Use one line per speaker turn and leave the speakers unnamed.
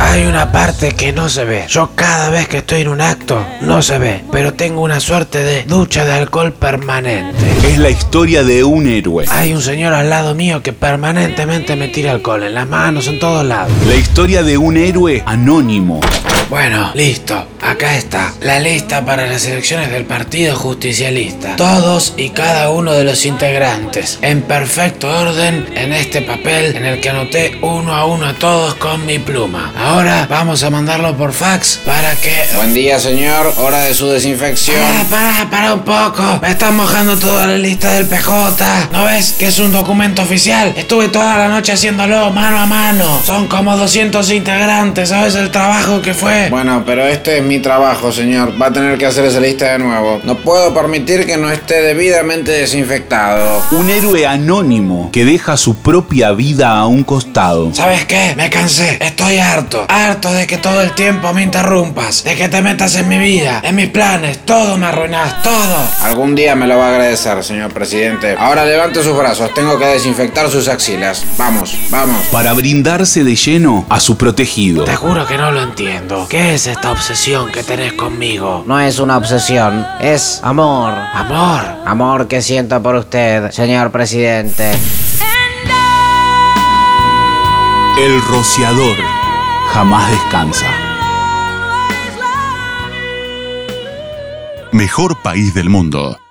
Hay una parte que no se ve. Yo cada vez que estoy en un acto no se ve, pero tengo una suerte de ducha de alcohol permanente.
Es la historia de un héroe.
Hay un señor al lado mío que permanentemente me tira alcohol en las manos, en todos lados.
La historia de un héroe anónimo.
Bueno, listo. Acá está. La lista para las elecciones del Partido Justicialista. Todos y cada uno de los integrantes. En perfecto orden en este papel en el que anoté uno a uno a todos con mi pluma. Ahora vamos a mandarlo por fax para que...
Buen día, señor. Hora de su desinfección.
Pará, pará, pará un poco. Me están mojando toda la lista del PJ. ¿No ves que es un documento oficial? Estuve toda la noche haciéndolo mano a mano. Son como 200 integrantes. ¿Sabes el trabajo que fue?
Bueno, pero este es mi trabajo, señor. Va a tener que hacer esa lista de nuevo. No puedo permitir que no esté debidamente desinfectado.
Un héroe anónimo que deja su propia vida a un costado.
¿Sabes qué? Me cansé, estoy harto, harto de que todo el tiempo me interrumpas, de que te metas en mi vida, en mis planes, todo me arruinás, todo.
Algún día me lo va a agradecer, señor presidente. Ahora levante sus brazos. Tengo que desinfectar sus axilas. Vamos, vamos.
Para brindarse de lleno a su protegido.
Te juro que no lo entiendo. ¿Qué es esta obsesión que tenés conmigo?
No es una obsesión, es amor.
Amor,
Amor que siento por usted, señor presidente.
El rociador jamás descansa.
Mejor país del mundo.